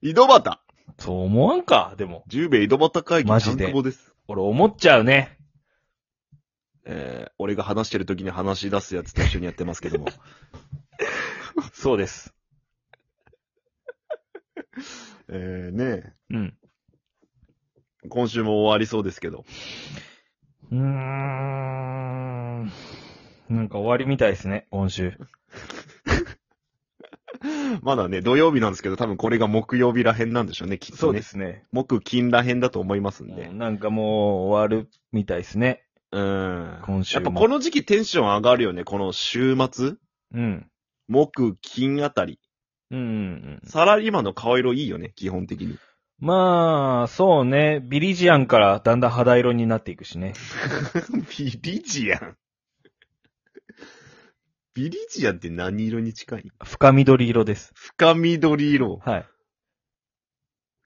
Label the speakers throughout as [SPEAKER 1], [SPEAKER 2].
[SPEAKER 1] 井戸端
[SPEAKER 2] そう思わんか、でも。
[SPEAKER 1] 十兵衛井戸端会議
[SPEAKER 2] マジで
[SPEAKER 1] ちゃんくぼです。
[SPEAKER 2] 俺思っちゃうね。
[SPEAKER 1] えー、俺が話してる時に話し出すやつと一緒にやってますけど も。
[SPEAKER 2] そうです。
[SPEAKER 1] えー、ね
[SPEAKER 2] うん。
[SPEAKER 1] え今週も終わりそうですけど。
[SPEAKER 2] うーん。なんか終わりみたいですね、今週。
[SPEAKER 1] まだね、土曜日なんですけど、多分これが木曜日らへんなんでしょうね、きっとね。
[SPEAKER 2] すね。
[SPEAKER 1] 木、金らへんだと思いますんで。
[SPEAKER 2] うんなんかもう終わるみたいですね、
[SPEAKER 1] うん。
[SPEAKER 2] 今週
[SPEAKER 1] やっ
[SPEAKER 2] も。
[SPEAKER 1] ぱこの時期テンション上がるよね、この週末。
[SPEAKER 2] うん。
[SPEAKER 1] 木、金あたり。
[SPEAKER 2] うんうんうん。
[SPEAKER 1] サラリーマンの顔色いいよね、基本的 に。
[SPEAKER 2] まあ、そうね。ビリジアンからだんだん肌色になっていくしね。
[SPEAKER 1] ビリジアン。ビリジアンって何色に近い
[SPEAKER 2] 深緑色です。
[SPEAKER 1] 深緑色。
[SPEAKER 2] はい。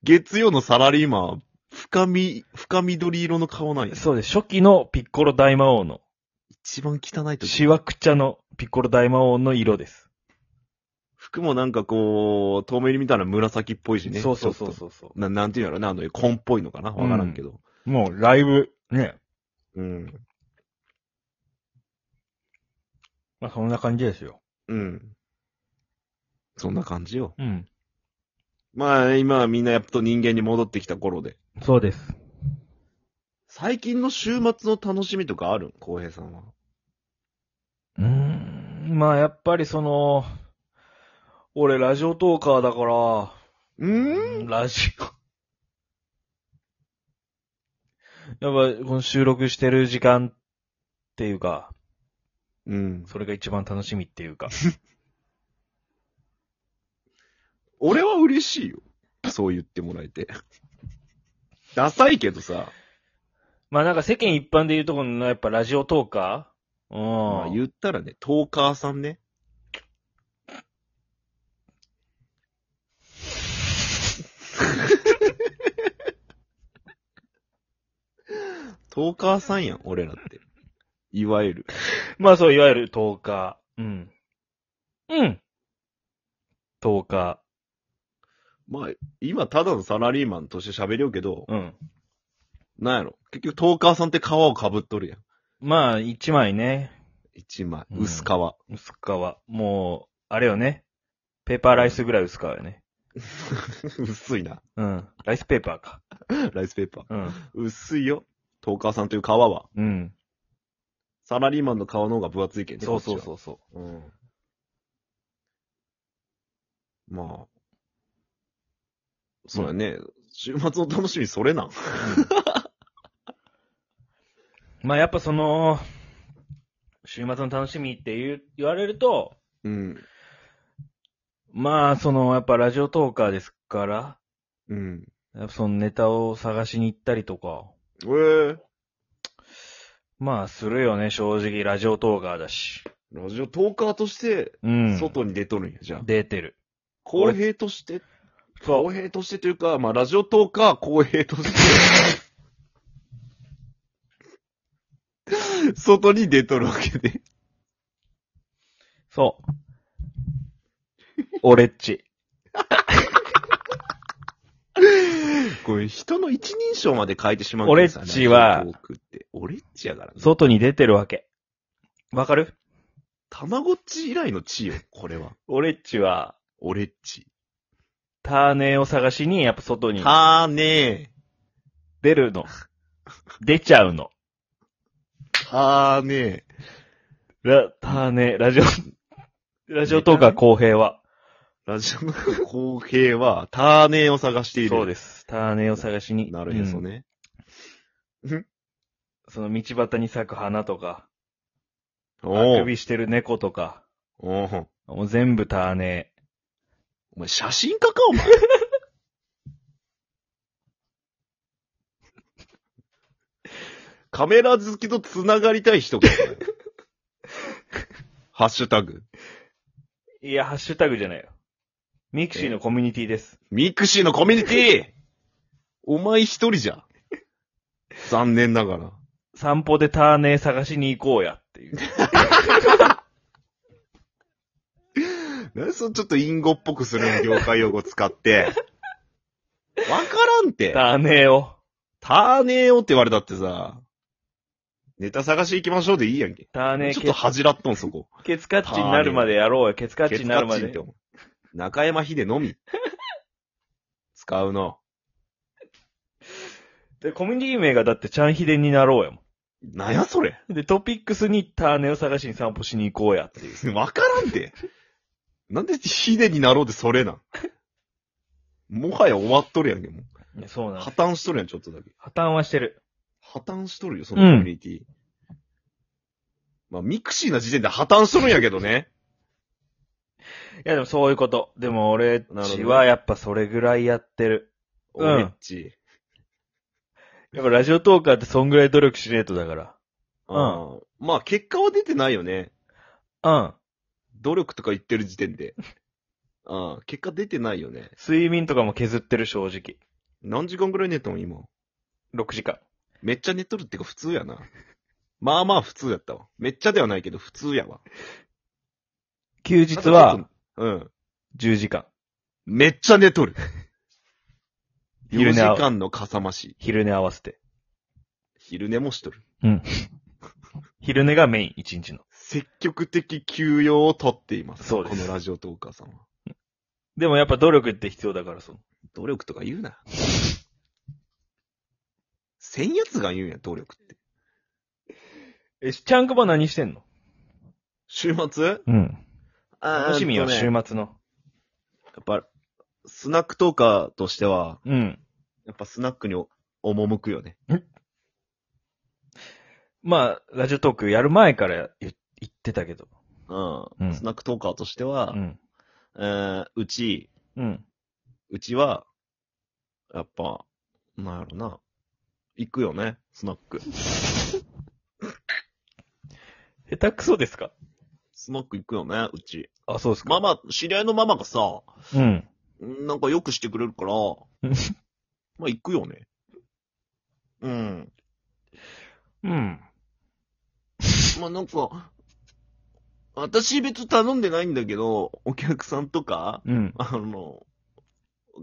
[SPEAKER 1] 月曜のサラリーマンは、深み、深緑色の顔なんや。
[SPEAKER 2] そうです。初期のピッコロ大魔王の、
[SPEAKER 1] 一番汚いと
[SPEAKER 2] シワクチャのピッコロ大魔王の色です。
[SPEAKER 1] 服もなんかこう、透明に見たら紫っぽいしね。
[SPEAKER 2] そうそうそう
[SPEAKER 1] ちょっ
[SPEAKER 2] そうそ
[SPEAKER 1] と。ななんていうんやろな、あの、紺っぽいのかなわからんけど。
[SPEAKER 2] う。もう、ライブ、ね。
[SPEAKER 1] うん。
[SPEAKER 2] まあ、そんな感じですよ。
[SPEAKER 1] うん。そんな感じよ。
[SPEAKER 2] うん。
[SPEAKER 1] まあ、今はみんなやっと人間に戻ってきた頃で。
[SPEAKER 2] そうです。
[SPEAKER 1] 最近の週末の楽しみとかあるん浩平さんは。
[SPEAKER 2] うーん。まあ、やっぱりその、俺、ラジオトーカーだから、
[SPEAKER 1] う
[SPEAKER 2] ラジオ。 やっぱ、この収録してる時間っていうか、
[SPEAKER 1] うん。
[SPEAKER 2] それが一番楽しみっていう か。
[SPEAKER 1] 俺は嬉しいよ。そう言ってもらえて。ダサいけどさ。
[SPEAKER 2] まあなんか世間一般で言うところの、やっぱラジオトーカー
[SPEAKER 1] まあ
[SPEAKER 2] うん。
[SPEAKER 1] 言ったらね、トーカーさん ね。トーカーさんやん、俺らって。いわゆる。
[SPEAKER 2] まあそう、いわゆるトーカー。うん。うん。トーカ
[SPEAKER 1] まあ、今ただのサラリーマンとして喋るよけど、
[SPEAKER 2] ー。うん。
[SPEAKER 1] なんやろ。結局トーカーさんって皮を被っとるやん。
[SPEAKER 2] まあ、一枚ね。
[SPEAKER 1] 一枚。
[SPEAKER 2] うん
[SPEAKER 1] 薄皮。
[SPEAKER 2] 薄皮。もう、あれよね。ペーパーライスぐらい薄皮よね。
[SPEAKER 1] 薄いな。
[SPEAKER 2] うん。ライスペーパーか。
[SPEAKER 1] ライスペーパー。
[SPEAKER 2] うん。
[SPEAKER 1] 薄いよ。トーカーさんという皮は。
[SPEAKER 2] うん。
[SPEAKER 1] サラリーマンの皮の方が分厚いけんね
[SPEAKER 2] そうそう
[SPEAKER 1] こ
[SPEAKER 2] そうそう。
[SPEAKER 1] っちはうん。まあ。そうやね。週末の楽しみ、それなん。
[SPEAKER 2] まあやっぱその、週末の楽しみって言う言われると、
[SPEAKER 1] うん。
[SPEAKER 2] まあその、やっぱラジオトーカーですから、
[SPEAKER 1] うん。
[SPEAKER 2] やっぱそのネタを探しに行ったりとか、
[SPEAKER 1] えー、
[SPEAKER 2] まあするよね、正直ラジオトーカーだし。
[SPEAKER 1] ラジオトーカーとして、
[SPEAKER 2] うん。
[SPEAKER 1] 外に出とるんや、じゃあ。
[SPEAKER 2] 出てる。
[SPEAKER 1] 公平として、
[SPEAKER 2] そ
[SPEAKER 1] 公平としてというか、まあ、ラジオトーカー公平と して、外に出とるわけで。
[SPEAKER 2] う。そう。 俺っち。
[SPEAKER 1] これ人の一人称まで変えてしまうん
[SPEAKER 2] 俺っち
[SPEAKER 1] ラ
[SPEAKER 2] は
[SPEAKER 1] ジオトークって俺っちやからね。
[SPEAKER 2] 外に出てるわけ。わかる
[SPEAKER 1] たまごっち以来の地よ、これは。
[SPEAKER 2] 俺っちは、
[SPEAKER 1] 俺っち。
[SPEAKER 2] ターネーを探しに、やっぱ外に
[SPEAKER 1] たーね
[SPEAKER 2] 出るの。出ちゃうの。
[SPEAKER 1] ー。たーね
[SPEAKER 2] ラ、ターネー、ラジオ、 ラジオトーカー公平は。
[SPEAKER 1] ー。ラジオの公平は、たーねーを探している。
[SPEAKER 2] そうです。ターネーを探しに。
[SPEAKER 1] なるへそ
[SPEAKER 2] うん
[SPEAKER 1] ね。
[SPEAKER 2] その道端に咲く花とか、あ
[SPEAKER 1] お
[SPEAKER 2] く
[SPEAKER 1] う
[SPEAKER 2] びしてる猫とか、
[SPEAKER 1] おう
[SPEAKER 2] もう全部ターネ
[SPEAKER 1] お前写真家か、 お前。カメラ好きと繋がりたい人か、お前 ハッシュタグ。
[SPEAKER 2] ー。いや、ハッシュタグじゃないよ。ミクシーのコミュニティです。
[SPEAKER 1] ミクシーのコミュニティお前一人じゃ。残念ながら。
[SPEAKER 2] 散歩でターネー探しに行こうやっていう。
[SPEAKER 1] なんでそのちょっとインゴっぽくするの業界用語使って。わからんて。
[SPEAKER 2] だねよ。
[SPEAKER 1] ターネーよって言われたってさ、ネタ探し行きましょうでいいやんけ。
[SPEAKER 2] だね
[SPEAKER 1] ちょっと恥じらっとん、そこ。
[SPEAKER 2] ケツカッチになるまでやろうよ。ケツカッチになるま
[SPEAKER 1] ケツカッ
[SPEAKER 2] で
[SPEAKER 1] チン。って中山秀のみ。使うの。
[SPEAKER 2] で、コミュニティ名がだってチャンヒデになろうよ。
[SPEAKER 1] なんやそれ。
[SPEAKER 2] で、トピックスにターネを探しに散歩しに行こうやっていう。
[SPEAKER 1] わからんて。なんで秀になろうでそれなん。もはや終わっとるやんけ、もう。
[SPEAKER 2] そうなの
[SPEAKER 1] 破。綻しとるやん、ちょっとだけ。
[SPEAKER 2] 破綻はしてる。
[SPEAKER 1] 破綻しとるよ、そのコミュニティ。まあ、ミクシーな時点で破綻しとるんやけどね。
[SPEAKER 2] いや、でもそういうこと。でも俺た
[SPEAKER 1] なるほ
[SPEAKER 2] ち
[SPEAKER 1] ど
[SPEAKER 2] はやっぱそれぐらいやってる。うん
[SPEAKER 1] オレッチ。
[SPEAKER 2] やっぱラジオトーカーってそんぐらい努力しねえとだかん
[SPEAKER 1] あーまあ、結果は出てないよね。
[SPEAKER 2] ら。うん。
[SPEAKER 1] 努力とか言ってる時点で。 ああ、結果出てないよね。
[SPEAKER 2] 睡眠とかも削ってる正直。
[SPEAKER 1] 何時間ぐらい寝たの今。
[SPEAKER 2] 6時間。
[SPEAKER 1] めっちゃ寝とるってか普通やな。まあまあ普通やったわ。めっちゃではないけど普通やわ。
[SPEAKER 2] 休日は、
[SPEAKER 1] うん。
[SPEAKER 2] 10時間。
[SPEAKER 1] めっちゃ寝とる。4
[SPEAKER 2] 昼
[SPEAKER 1] 時
[SPEAKER 2] 寝合わ
[SPEAKER 1] 間のかさ増し。
[SPEAKER 2] 昼寝合わせて。
[SPEAKER 1] 昼寝もしとる。
[SPEAKER 2] 昼寝がメイン、1日の。
[SPEAKER 1] 積極的休養をとっています。
[SPEAKER 2] そうです
[SPEAKER 1] このラジオトーカーさんは。
[SPEAKER 2] でもやっぱ努力って必要だからその。
[SPEAKER 1] 努力とか言うな。せんやつが言うんや、努力って。
[SPEAKER 2] え、ちゃんこば何してんの
[SPEAKER 1] 週末
[SPEAKER 2] うん。
[SPEAKER 1] あー
[SPEAKER 2] 楽しみよ、
[SPEAKER 1] えっとね
[SPEAKER 2] 週末の。
[SPEAKER 1] やっぱ、スナックトーカーとしては、
[SPEAKER 2] うん。
[SPEAKER 1] やっぱスナックにお赴くよね。
[SPEAKER 2] まあ、ラジオトークやる前から言言ってたけど。
[SPEAKER 1] うん。
[SPEAKER 2] うん
[SPEAKER 1] スナックトーカーとしては、
[SPEAKER 2] うん。
[SPEAKER 1] えーうち、
[SPEAKER 2] うん。
[SPEAKER 1] うちは、やっぱ、なんやろな。行くよね、スナック。
[SPEAKER 2] 下手くそですか
[SPEAKER 1] スナック行くよね、うち。
[SPEAKER 2] あ、そうです
[SPEAKER 1] ママ、知り合いのママがさ、
[SPEAKER 2] うん。
[SPEAKER 1] んなんかよくしてくれるから
[SPEAKER 2] ん、
[SPEAKER 1] まあ行くよね。うん。
[SPEAKER 2] うん。
[SPEAKER 1] まあなんか、私別に頼んでないんだけど、お客さんとか、
[SPEAKER 2] うん。
[SPEAKER 1] あの、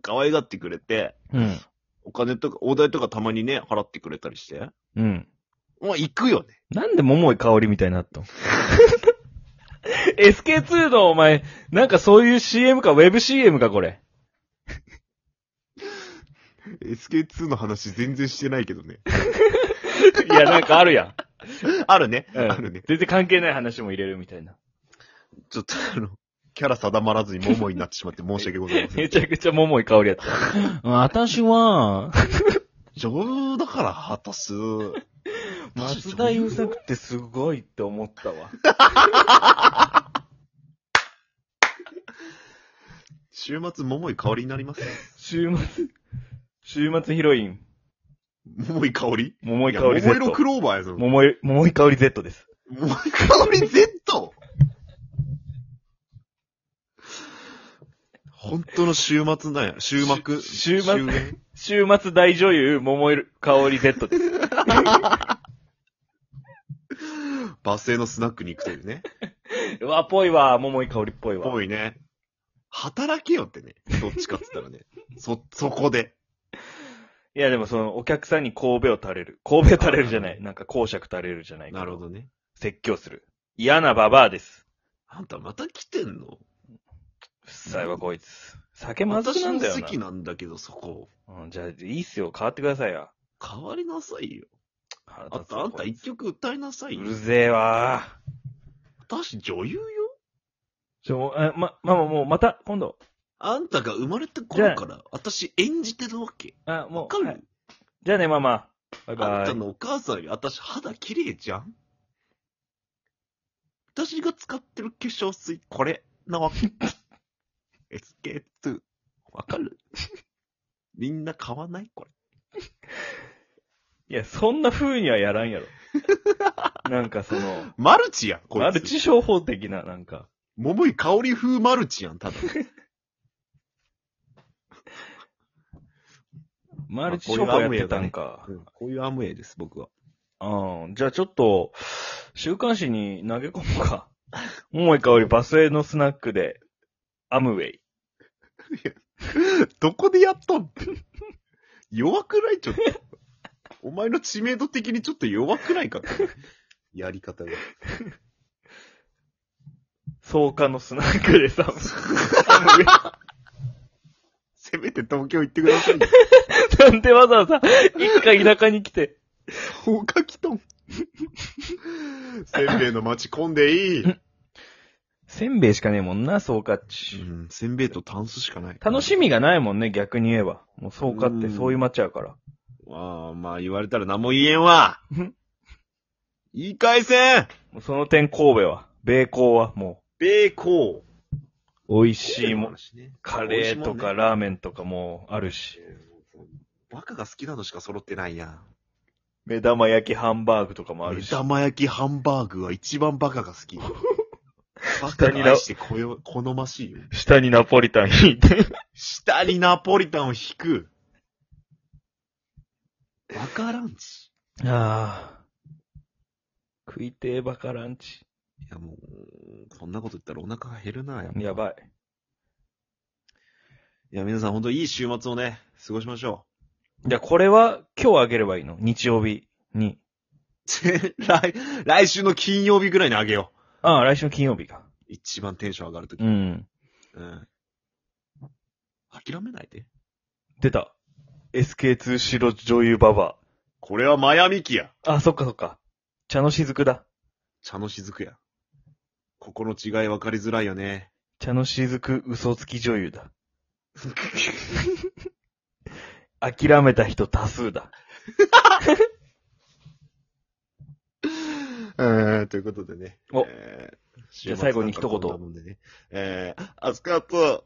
[SPEAKER 1] 可愛がってくれて、
[SPEAKER 2] うん。
[SPEAKER 1] お金とか、お代とかたまにね、払ってくれたりして。
[SPEAKER 2] うん。
[SPEAKER 1] まあ、行くよね。
[SPEAKER 2] なんで桃井香りみたいになった の ?SK2 のお前、なんかそういう CM か、ウェブ CM か、これ。
[SPEAKER 1] SK2 の話全然してないけどね。
[SPEAKER 2] いや、なんかあるやん。
[SPEAKER 1] あるね。
[SPEAKER 2] うん
[SPEAKER 1] あるね。
[SPEAKER 2] 全然関係ない話も入れるみたいな。
[SPEAKER 1] ちょっとあの、キャラ定まらずに桃井になってしまって申し訳ございま せん。
[SPEAKER 2] めちゃくちゃ桃井香りやった。私は、
[SPEAKER 1] 女優だから果たす。
[SPEAKER 2] 松田優作ってすごいって思ったわ。
[SPEAKER 1] 週末桃井香りになります。
[SPEAKER 2] 週末、週末ヒロイン、
[SPEAKER 1] 桃井香り
[SPEAKER 2] 桃井
[SPEAKER 1] いや
[SPEAKER 2] 香り Z。
[SPEAKER 1] 桃色クローバーやぞ。
[SPEAKER 2] 桃井、桃井香り Z です。
[SPEAKER 1] 桃井香り Z! 本当の週末なんや。週末。
[SPEAKER 2] 週末
[SPEAKER 1] 終焉
[SPEAKER 2] 週末大女優、桃井香り Z です。
[SPEAKER 1] バス停のスナックに行くというね。
[SPEAKER 2] うわ、ぽいわ、桃井香りっぽいわ。
[SPEAKER 1] ぽいね。働けよってね。どっちかって言った らね。そ、そこで。
[SPEAKER 2] いや、でもその、お客さんに神戸を垂れる。神戸垂れるじゃない。なんか、公爵垂れるじゃない。
[SPEAKER 1] なるほ。どね。
[SPEAKER 2] 説教する。嫌なババアです。
[SPEAKER 1] あんたまた来てんの
[SPEAKER 2] うっさいわ、こいつ。酒まずく
[SPEAKER 1] 私
[SPEAKER 2] なん
[SPEAKER 1] の
[SPEAKER 2] だよな。
[SPEAKER 1] 席なんだけど、そこ。
[SPEAKER 2] うん、じゃあ、いいっすよ。変わってくださいよ。
[SPEAKER 1] 変わりなさいよ。
[SPEAKER 2] 腹
[SPEAKER 1] あ
[SPEAKER 2] 立
[SPEAKER 1] ん
[SPEAKER 2] つわ
[SPEAKER 1] た、あんた
[SPEAKER 2] こい
[SPEAKER 1] 一曲歌いなさ
[SPEAKER 2] つ
[SPEAKER 1] いうよ
[SPEAKER 2] る。ぜえわ。
[SPEAKER 1] 私女優よ。
[SPEAKER 2] ちょ、え、ま、まあ、もう、また、今度。
[SPEAKER 1] あんたが生まれた頃から、私演じてるわけ。
[SPEAKER 2] あ、も
[SPEAKER 1] わ
[SPEAKER 2] う。
[SPEAKER 1] かる、
[SPEAKER 2] はいじゃあね、ママ。バ
[SPEAKER 1] あ
[SPEAKER 2] イ
[SPEAKER 1] ん
[SPEAKER 2] バ
[SPEAKER 1] た
[SPEAKER 2] イ。
[SPEAKER 1] のお母さんより私肌綺麗じゃん私が使ってる化粧水、これなわ け。SK2。わかるみんな買わないこれ。
[SPEAKER 2] いや、そんな風にはやらん やろ。なんかその、
[SPEAKER 1] マルチやん、こいつ。
[SPEAKER 2] マルチ商法的な、なんか。
[SPEAKER 1] 桃井香り風マルチやん、ただ。
[SPEAKER 2] マルチ商法やってたん か。
[SPEAKER 1] うんこういうアムウェイです、僕は。
[SPEAKER 2] うん。じゃあちょっと、週刊誌に投げ込むか。 桃井香りバスへのスナックで、アムウェイ。
[SPEAKER 1] どこでやっとん弱くないちょっと。お前の知名度的にちょっと弱く ないかやり方が。
[SPEAKER 2] 草加のスナックでさ、
[SPEAKER 1] せめて東京行ってくださいよ。
[SPEAKER 2] なんでわざわざ、一回田舎に来て。
[SPEAKER 1] おかきとん。せんべいの街混んでいい。う
[SPEAKER 2] せんべいしかねえもんな、草加っち。
[SPEAKER 1] ん、せんべいとタンスしかない。
[SPEAKER 2] 楽しみがないもんね、逆に言えば。もう草加っ
[SPEAKER 1] う
[SPEAKER 2] て
[SPEAKER 1] ん
[SPEAKER 2] そういう街やから。
[SPEAKER 1] ああ、まあ言われたら何も言えんわ
[SPEAKER 2] うん。
[SPEAKER 1] 言い返せん
[SPEAKER 2] もうその点神戸は、米港はも
[SPEAKER 1] 米港。
[SPEAKER 2] う、美味しいもん。
[SPEAKER 1] 話ね
[SPEAKER 2] カレーとか。ラーメンとかもあるし。
[SPEAKER 1] 美味しいもんねバカが好きなのしか揃ってないやん。
[SPEAKER 2] 目玉焼きハンバーグとかもある
[SPEAKER 1] 目
[SPEAKER 2] し。
[SPEAKER 1] 玉焼きハンバーグは一番バカが 好き。バカに愛してこよ好ましいよ。
[SPEAKER 2] 下にナポリタン引いて。
[SPEAKER 1] 下にナポリタンを引く。バカランチ。
[SPEAKER 2] ああ。食いてえバカランチ。
[SPEAKER 1] いやもう、そんなこと言ったらお腹が減るな。やっぱ
[SPEAKER 2] やばい。
[SPEAKER 1] いや皆さん本当いい週末をね、過ごしましょ
[SPEAKER 2] じゃあこれは今日あげればいいの日曜日
[SPEAKER 1] う。
[SPEAKER 2] に。
[SPEAKER 1] 来、来週の金曜日ぐらいにあげよう。
[SPEAKER 2] ああ、来週の金曜日か。
[SPEAKER 1] 一番テンション上がるとき。
[SPEAKER 2] うん。
[SPEAKER 1] うん。諦めないで。
[SPEAKER 2] 出た。SK2 白女優ババ
[SPEAKER 1] これはマヤミキや。
[SPEAKER 2] ア。あ、そっかそっか。茶の雫だ。
[SPEAKER 1] 茶の雫や。ここの違い分かりづらいよね。
[SPEAKER 2] 茶の雫嘘つき女優 だ。諦めた人多数だ。
[SPEAKER 1] えー、ということでね。
[SPEAKER 2] お
[SPEAKER 1] えー
[SPEAKER 2] じゃあ最後に一言
[SPEAKER 1] 週末なんかこんなもんでねえー、暑かった。